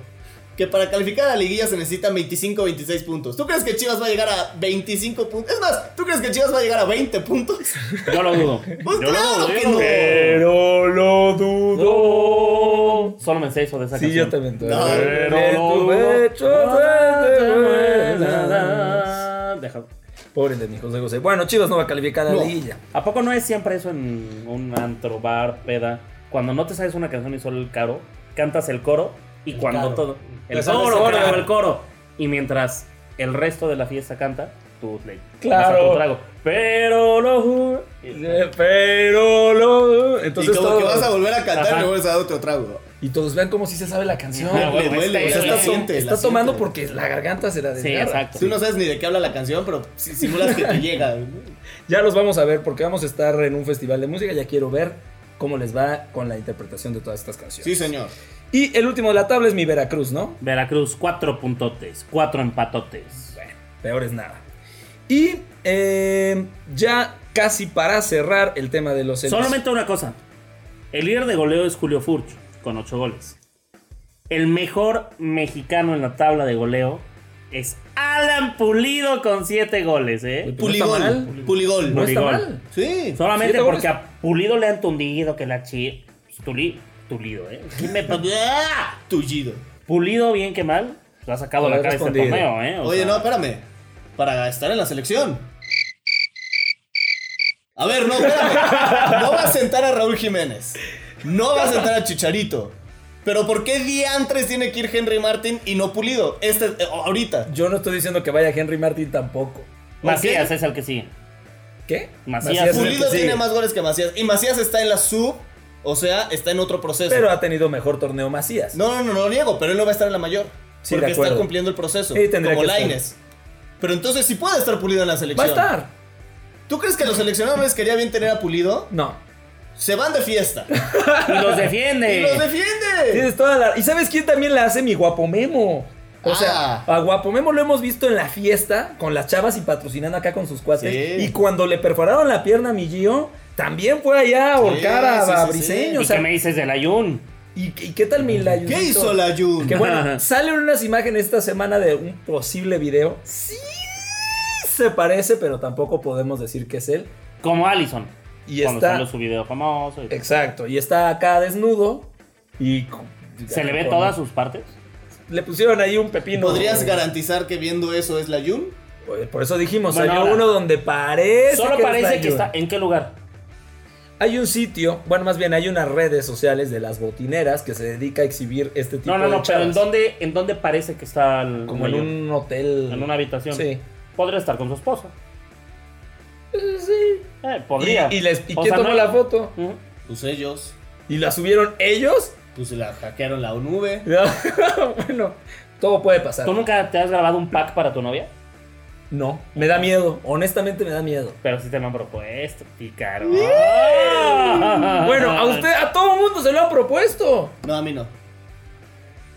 [SPEAKER 1] que para calificar a la liguilla se necesitan 25 26 puntos? ¿Tú crees que Chivas va a llegar a 25 puntos? Es más, ¿tú crees que Chivas va a llegar a 20 puntos?
[SPEAKER 2] Yo lo dudo. Yo
[SPEAKER 1] Pues claro
[SPEAKER 2] lo
[SPEAKER 1] que no.
[SPEAKER 3] Pero lo dudo.
[SPEAKER 2] Solo me sé eso de esa
[SPEAKER 3] Sí,
[SPEAKER 2] canción.
[SPEAKER 3] yo también. te-
[SPEAKER 1] No,
[SPEAKER 3] Pero
[SPEAKER 2] Pero
[SPEAKER 3] tu
[SPEAKER 2] no.
[SPEAKER 3] pecho se revela.
[SPEAKER 2] Deja-
[SPEAKER 3] Pobre de mi José José. Bueno, Chivas no va a calificar a la
[SPEAKER 1] No.
[SPEAKER 3] liguilla.
[SPEAKER 2] ¿A poco no es siempre eso en un antro, bar, peda? Cuando no te sabes una canción y solo el caro, cantas el coro y cuando
[SPEAKER 3] caro.
[SPEAKER 2] todo. El
[SPEAKER 3] Te sabes
[SPEAKER 2] coro,
[SPEAKER 3] el coro.
[SPEAKER 2] claro, el coro. Y mientras el resto de la fiesta canta, tú le
[SPEAKER 3] Claro.
[SPEAKER 2] pasas tu trago. Pero lo juro.
[SPEAKER 3] Eh, Pero lo. Entonces
[SPEAKER 1] y como
[SPEAKER 3] todo-
[SPEAKER 1] que vas a volver a cantar
[SPEAKER 2] Ajá.
[SPEAKER 1] y le vuelves a dar otro trago.
[SPEAKER 3] Y todos vean cómo sí se sabe la canción.
[SPEAKER 2] Ah,
[SPEAKER 1] le
[SPEAKER 2] bueno,
[SPEAKER 1] duele,
[SPEAKER 2] este,
[SPEAKER 1] o sea,
[SPEAKER 3] Está,
[SPEAKER 1] la
[SPEAKER 2] sí,
[SPEAKER 3] tom-
[SPEAKER 1] siente,
[SPEAKER 3] está
[SPEAKER 1] la
[SPEAKER 3] tomando
[SPEAKER 1] siente.
[SPEAKER 3] porque la garganta se la
[SPEAKER 2] Sí,
[SPEAKER 3] desgarra.
[SPEAKER 2] exacto.
[SPEAKER 1] Tú no sabes ni de qué habla la canción, pero si- simulas que te llega.
[SPEAKER 3] Ya los vamos a ver porque vamos a estar en un festival de música. Ya quiero ver cómo les va con la interpretación de todas estas canciones.
[SPEAKER 1] Sí, señor.
[SPEAKER 3] Y el último de la tabla es mi Veracruz, ¿no?
[SPEAKER 2] Veracruz, cuatro puntotes, cuatro empatotes.
[SPEAKER 3] Bueno, peor es nada. Y eh, ya casi para cerrar el tema de los...
[SPEAKER 2] Solamente una cosa. El líder de goleo es Julio Furch, con 8 goles. El mejor mexicano en la tabla de goleo es Alan Pulido con 7 goles, ¿eh?
[SPEAKER 3] Pues no está
[SPEAKER 1] Puligol.
[SPEAKER 3] mal.
[SPEAKER 1] Puligol.
[SPEAKER 3] No está
[SPEAKER 2] Puligol.
[SPEAKER 3] mal.
[SPEAKER 1] Sí.
[SPEAKER 2] Solamente
[SPEAKER 3] siete
[SPEAKER 2] porque
[SPEAKER 3] goles.
[SPEAKER 2] a Pulido le han tundido que la chi... pues, Tuli- Tulido, ¿eh? ¿Quién me- ¡Ah!
[SPEAKER 1] Tullido.
[SPEAKER 2] Pulido, bien que mal, lo ha sacado
[SPEAKER 3] Lo
[SPEAKER 2] la
[SPEAKER 3] he
[SPEAKER 2] cara este
[SPEAKER 3] respondido.
[SPEAKER 2] torneo, ¿eh? O
[SPEAKER 1] Oye,
[SPEAKER 2] sea,
[SPEAKER 1] no, espérame. Para estar en la selección. A ver, no, espérame. No va a sentar a Raúl Jiménez. No va a sentar a Chicharito. Pero ¿por qué diantres tiene que ir Henry Martin y no Pulido? Este, eh, ahorita.
[SPEAKER 3] Yo no estoy diciendo que vaya Henry Martin tampoco.
[SPEAKER 2] Macías
[SPEAKER 1] Ok.
[SPEAKER 2] es el que sigue.
[SPEAKER 3] ¿Qué?
[SPEAKER 2] Macías.
[SPEAKER 3] es el que
[SPEAKER 1] Pulido
[SPEAKER 3] sigue.
[SPEAKER 1] tiene más goles que Macías. Y Macías está en la sub, o sea, está en otro proceso.
[SPEAKER 3] Pero ha tenido mejor torneo Macías.
[SPEAKER 1] No, no, no, no lo niego, pero él no va a estar en la mayor.
[SPEAKER 3] Sí, de
[SPEAKER 1] porque está
[SPEAKER 3] acuerdo.
[SPEAKER 1] cumpliendo el proceso.
[SPEAKER 3] Sí, tendría
[SPEAKER 1] como
[SPEAKER 3] que estar.
[SPEAKER 1] Laines. Pero entonces sí puede estar Pulido en la
[SPEAKER 3] Va a
[SPEAKER 1] selección.
[SPEAKER 3] estar.
[SPEAKER 1] ¿Tú crees que los seleccionadores quería bien tener a Pulido?
[SPEAKER 3] No.
[SPEAKER 1] Se van de fiesta.
[SPEAKER 2] Y los
[SPEAKER 1] ¡Y los
[SPEAKER 2] defiende.
[SPEAKER 1] defiende!
[SPEAKER 3] Tienes toda la... ¿Y sabes quién también la hace mi guapo Memo? O
[SPEAKER 1] Ah.
[SPEAKER 3] sea, a Guapo Memo lo hemos visto en la fiesta con las chavas y patrocinando acá con sus cuates.
[SPEAKER 1] Sí.
[SPEAKER 3] Y cuando le perforaron la pierna a mi Gio, también fue allá a ahorcar a,
[SPEAKER 1] sí, sí,
[SPEAKER 3] a
[SPEAKER 1] sí.
[SPEAKER 3] Briseño.
[SPEAKER 2] ¿Y
[SPEAKER 3] o sea,
[SPEAKER 2] qué me dices del ayun?
[SPEAKER 3] ¿y, y qué tal mi Layuncito?
[SPEAKER 1] ¿Qué hizo la Jun?
[SPEAKER 3] Que bueno,
[SPEAKER 2] Ajá.
[SPEAKER 3] salen unas imágenes esta semana de un posible video. Sí, se parece, pero tampoco podemos decir que es él.
[SPEAKER 2] Como Allison.
[SPEAKER 3] Y
[SPEAKER 2] cuando
[SPEAKER 3] está-
[SPEAKER 2] salió su video famoso. y-
[SPEAKER 3] Exacto, y está acá desnudo y... con-
[SPEAKER 2] ¿Se le ve
[SPEAKER 3] con-
[SPEAKER 2] todas sus partes?
[SPEAKER 3] Le pusieron ahí un pepino.
[SPEAKER 1] ¿Podrías
[SPEAKER 3] Eh,
[SPEAKER 1] garantizar que viendo eso es la Jun?
[SPEAKER 3] Oye, Pues, Por eso dijimos,
[SPEAKER 2] Bueno,
[SPEAKER 3] salió
[SPEAKER 2] ahora-
[SPEAKER 3] uno donde parece
[SPEAKER 2] Solo
[SPEAKER 3] que
[SPEAKER 2] parece
[SPEAKER 3] está
[SPEAKER 2] que
[SPEAKER 3] Yun.
[SPEAKER 2] está. ¿En qué lugar?
[SPEAKER 3] Hay un sitio, bueno, más bien hay unas redes sociales de las botineras que se dedica a exhibir este tipo
[SPEAKER 2] No, no,
[SPEAKER 3] de
[SPEAKER 2] no, pero ¿en
[SPEAKER 3] chavas.
[SPEAKER 2] dónde, ¿en dónde parece que está el
[SPEAKER 3] Como en
[SPEAKER 2] Ayun?
[SPEAKER 3] un hotel.
[SPEAKER 2] En una habitación.
[SPEAKER 3] Sí.
[SPEAKER 2] Podría estar con su esposa.
[SPEAKER 3] Eh, Sí.
[SPEAKER 2] Eh, podría.
[SPEAKER 3] ¿Y, y les, ¿y
[SPEAKER 2] O
[SPEAKER 3] quién
[SPEAKER 2] sea,
[SPEAKER 3] tomó
[SPEAKER 2] no-
[SPEAKER 3] la foto?
[SPEAKER 2] Ujú.
[SPEAKER 1] Pues ellos.
[SPEAKER 3] ¿Y la subieron ellos?
[SPEAKER 1] Pues la hackearon la nube.
[SPEAKER 3] bueno, todo puede pasar.
[SPEAKER 2] ¿Tú nunca te has grabado un pack para tu novia?
[SPEAKER 3] No, me da miedo. Honestamente me da miedo.
[SPEAKER 2] Pero sí te lo han propuesto, pícaro. Ah,
[SPEAKER 3] Bueno, a usted, a todo mundo se lo han propuesto.
[SPEAKER 1] No, a mí no.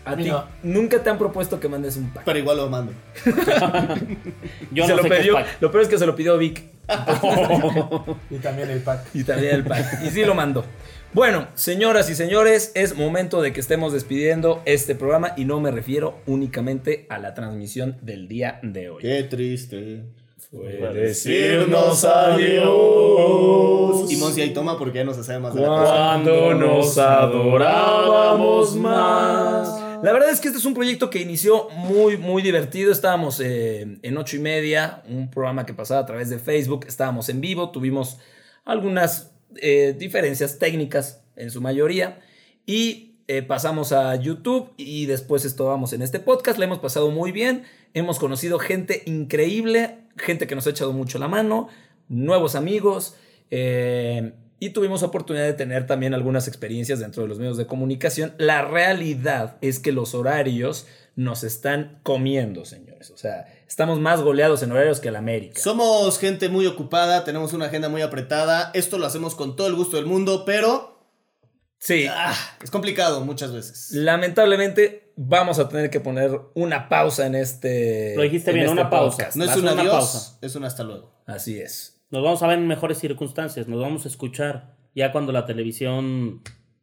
[SPEAKER 3] A ti nunca te han propuesto que mandes un pack.
[SPEAKER 1] Pero igual lo mando.
[SPEAKER 2] Yo
[SPEAKER 3] se
[SPEAKER 2] no
[SPEAKER 3] lo
[SPEAKER 2] sé qué es
[SPEAKER 3] pidió.
[SPEAKER 2] pack.
[SPEAKER 3] Lo peor es que se lo pidió Vic.
[SPEAKER 6] Y también el pack.
[SPEAKER 3] Y también el pack. Y sí lo mandó. Bueno, señoras y señores, es momento de que estemos despidiendo este programa y no me refiero únicamente a la transmisión del día de hoy.
[SPEAKER 1] Qué triste.
[SPEAKER 3] Fue
[SPEAKER 1] Decirnos adiós. Y Monsi ahí toma porque ya no se sabe más de la cosa.
[SPEAKER 3] Cuando nos adorábamos más. La verdad es que este es un proyecto que inició muy, muy divertido. Estábamos eh, en ocho y media, un programa que pasaba a través de Facebook. Estábamos en vivo, tuvimos algunas eh, diferencias técnicas en su mayoría. Y eh, pasamos a YouTube y después estábamos en este podcast. La hemos pasado muy bien. Hemos conocido gente increíble, gente que nos ha echado mucho la mano, nuevos amigos. eh, y tuvimos oportunidad de tener también algunas experiencias dentro de los medios de comunicación. La realidad es que los horarios nos están comiendo, señores. O sea, estamos más goleados en horarios que el América.
[SPEAKER 1] Somos gente muy ocupada, tenemos una agenda muy apretada. Esto lo hacemos con todo el gusto del mundo, pero
[SPEAKER 3] sí,
[SPEAKER 1] ah, es complicado muchas veces.
[SPEAKER 3] lamentablemente vamos a tener que poner una pausa en este.
[SPEAKER 2] Lo dijiste
[SPEAKER 3] en
[SPEAKER 2] bien,
[SPEAKER 3] este
[SPEAKER 2] una pausa.
[SPEAKER 3] podcast.
[SPEAKER 1] No es
[SPEAKER 2] Vas
[SPEAKER 1] un
[SPEAKER 2] a una
[SPEAKER 1] adiós,
[SPEAKER 2] pausa.
[SPEAKER 1] es un hasta luego.
[SPEAKER 3] Así es.
[SPEAKER 2] Nos vamos a ver en mejores circunstancias. Nos vamos a escuchar ya cuando la televisión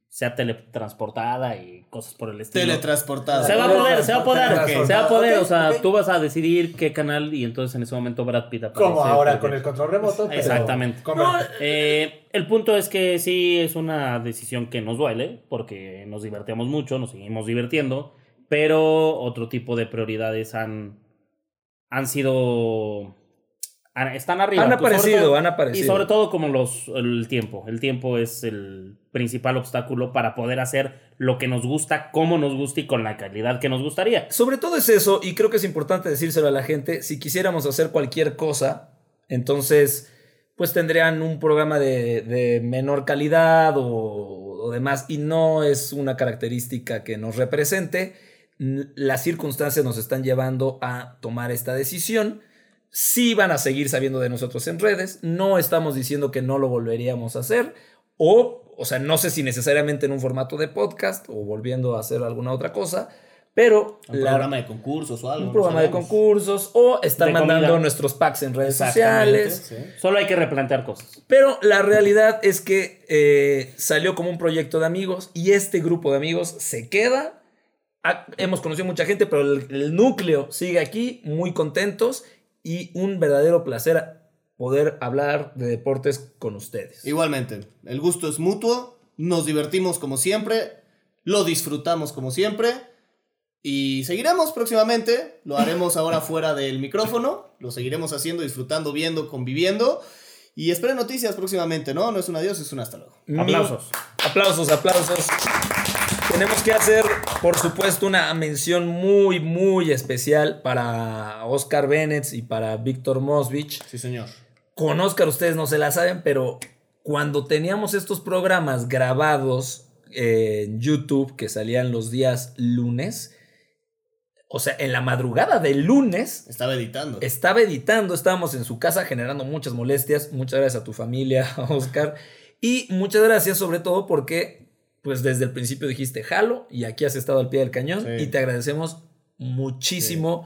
[SPEAKER 2] sea teletransportada y cosas por el estilo.
[SPEAKER 1] Teletransportada.
[SPEAKER 2] se va a poder, se va a poder,
[SPEAKER 1] Teletransportada.
[SPEAKER 2] se va a poder. O sea,
[SPEAKER 6] Ok, ok.
[SPEAKER 2] tú vas a decidir qué canal y entonces en ese momento Brad Pitt aparece.
[SPEAKER 6] Como ahora
[SPEAKER 2] Porque-
[SPEAKER 6] con el control remoto. pero
[SPEAKER 2] Exactamente.
[SPEAKER 6] con-
[SPEAKER 2] Eh, el punto es que sí es una decisión que nos duele porque nos divertimos mucho, nos seguimos divirtiendo, pero otro tipo de prioridades han, han sido... han- están arriba.
[SPEAKER 3] Han
[SPEAKER 2] Tú, sobre
[SPEAKER 3] aparecido,
[SPEAKER 2] todo-
[SPEAKER 3] han aparecido.
[SPEAKER 2] Y sobre todo como los, el tiempo. El tiempo es el principal obstáculo para poder hacer lo que nos gusta, como nos gusta y con la calidad que nos gustaría.
[SPEAKER 3] Sobre todo es eso, y creo que es importante decírselo a la gente, si quisiéramos hacer cualquier cosa, entonces pues tendrían un programa de, de menor calidad o, o demás, y no es una característica que nos represente. N- Las circunstancias nos están llevando a tomar esta decisión. Sí van a seguir sabiendo de nosotros en redes, no estamos diciendo que no lo volveríamos a hacer, o, o sea, no sé si necesariamente en un formato de podcast o volviendo a hacer alguna otra cosa, pero
[SPEAKER 1] Un
[SPEAKER 3] la-
[SPEAKER 1] programa de concursos o algo.
[SPEAKER 3] un
[SPEAKER 1] no
[SPEAKER 3] programa de
[SPEAKER 1] sabemos.
[SPEAKER 3] concursos o estar
[SPEAKER 2] De
[SPEAKER 3] mandando
[SPEAKER 2] comida.
[SPEAKER 3] nuestros packs en redes
[SPEAKER 1] Exactamente,
[SPEAKER 3] sociales.
[SPEAKER 1] sí.
[SPEAKER 2] Solo hay que replantear cosas.
[SPEAKER 3] Pero la realidad es que eh, salió como un proyecto de amigos y este grupo de amigos se queda. Ha- hemos conocido mucha gente, pero el, el núcleo sigue aquí, muy contentos y un verdadero placer poder hablar de deportes con ustedes.
[SPEAKER 1] Igualmente, el gusto es mutuo, nos divertimos como siempre, lo disfrutamos como siempre y seguiremos próximamente, lo haremos ahora fuera del micrófono, lo seguiremos haciendo, disfrutando, viendo, conviviendo y esperen noticias próximamente, ¿no? No es un adiós, es un hasta luego.
[SPEAKER 3] Mi-
[SPEAKER 2] Aplausos.
[SPEAKER 3] Aplausos, aplausos. Tenemos que hacer, por supuesto, una mención muy, muy especial para Oscar Bennett y para Víctor Mosvich.
[SPEAKER 1] Sí, señor.
[SPEAKER 3] Con Oscar ustedes no se la saben, pero cuando teníamos estos programas grabados en YouTube que salían los días lunes, o sea, en la madrugada del lunes,
[SPEAKER 1] Estaba editando.
[SPEAKER 3] estaba editando, estábamos en su casa generando muchas molestias. Muchas gracias a tu familia, a Oscar. Y muchas gracias sobre todo porque, pues desde el principio dijiste, jalo, y aquí has estado al pie del cañón.
[SPEAKER 1] Sí.
[SPEAKER 3] Y te agradecemos muchísimo.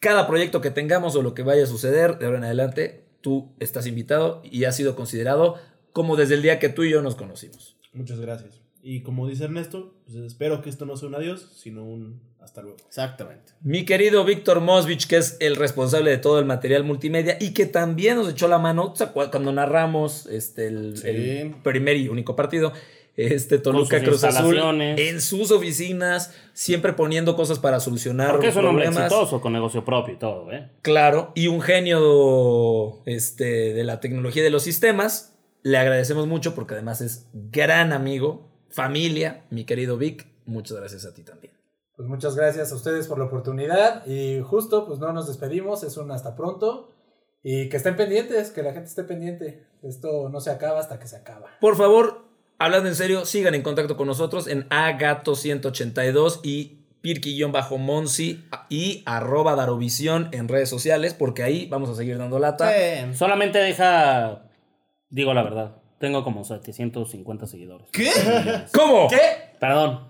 [SPEAKER 3] Cada proyecto que tengamos o lo que vaya a suceder de ahora en adelante, tú estás invitado y has sido considerado como desde el día que tú y yo nos conocimos.
[SPEAKER 7] Muchas gracias. Y como dice Ernesto, pues espero que esto no sea un adiós, sino un hasta luego.
[SPEAKER 1] Exactamente.
[SPEAKER 3] Mi querido Víctor Mosvich, que es el responsable de todo el material multimedia y que también nos echó la mano ¿te acuerdas cuando narramos este, el,
[SPEAKER 1] Sí.
[SPEAKER 3] el primer y único partido. Este Toluca
[SPEAKER 2] sus
[SPEAKER 3] Cruz Azul
[SPEAKER 2] instalaciones.
[SPEAKER 3] en sus oficinas, siempre poniendo cosas para solucionar
[SPEAKER 2] Porque es un hombre
[SPEAKER 3] problemas.
[SPEAKER 2] exitoso con negocio propio y todo, ¿eh?
[SPEAKER 3] Claro, y un genio este, de la tecnología y de los sistemas. Le agradecemos mucho porque además es gran amigo, familia, mi querido Vic. Muchas gracias a ti también.
[SPEAKER 6] Pues muchas gracias a ustedes por la oportunidad y justo pues no nos despedimos, es un hasta pronto y que estén pendientes, que la gente esté pendiente. Esto no se acaba hasta que se acaba.
[SPEAKER 3] Por favor, hablando en serio, sigan en contacto con nosotros en agato182 y pirqui-monsi y arroba darovisión en redes sociales porque ahí vamos a seguir dando lata.
[SPEAKER 1] Eh,
[SPEAKER 2] Solamente deja. Digo la verdad. Tengo como 750 seguidores.
[SPEAKER 1] ¿Qué?
[SPEAKER 3] ¿Cómo?
[SPEAKER 1] ¿Qué?
[SPEAKER 2] Perdón.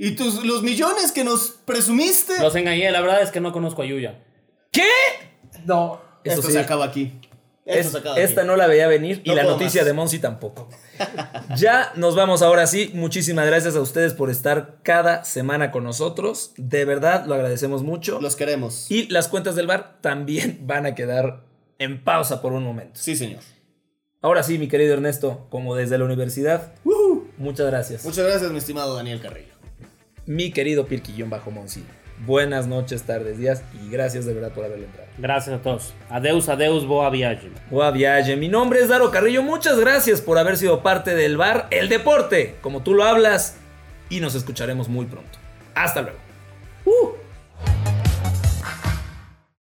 [SPEAKER 1] ¿Y tus, los millones que nos presumiste?
[SPEAKER 2] Los engañé. La verdad es que no conozco a Yuya.
[SPEAKER 6] No,
[SPEAKER 3] Eso
[SPEAKER 1] Esto
[SPEAKER 3] sí.
[SPEAKER 1] se acaba aquí. Esto
[SPEAKER 3] Es-
[SPEAKER 1] se acaba
[SPEAKER 3] esta
[SPEAKER 1] aquí.
[SPEAKER 3] no la veía venir y
[SPEAKER 1] No
[SPEAKER 3] la
[SPEAKER 1] puedo
[SPEAKER 3] noticia
[SPEAKER 1] más.
[SPEAKER 3] de Monsi tampoco. ya nos vamos ahora sí. Muchísimas gracias a ustedes por estar cada semana con nosotros. De verdad, lo agradecemos mucho.
[SPEAKER 1] Los queremos.
[SPEAKER 3] Y las cuentas del bar también van a quedar en pausa por un momento.
[SPEAKER 1] Sí, señor.
[SPEAKER 3] Ahora sí, mi querido Ernesto, como desde la universidad, muchas gracias.
[SPEAKER 1] Muchas gracias, mi estimado Daniel Carrillo.
[SPEAKER 3] mi querido Pirquillón Bajo Monsi, buenas noches, tardes, días y gracias de verdad por haber entrado.
[SPEAKER 2] Gracias a todos. Adeus, adeus, boa viaje.
[SPEAKER 3] Boa viaje. Mi nombre es Daro Carrillo. Muchas gracias por haber sido parte del bar El Deporte, como tú lo hablas, y nos escucharemos muy pronto. Hasta luego.
[SPEAKER 2] Uh.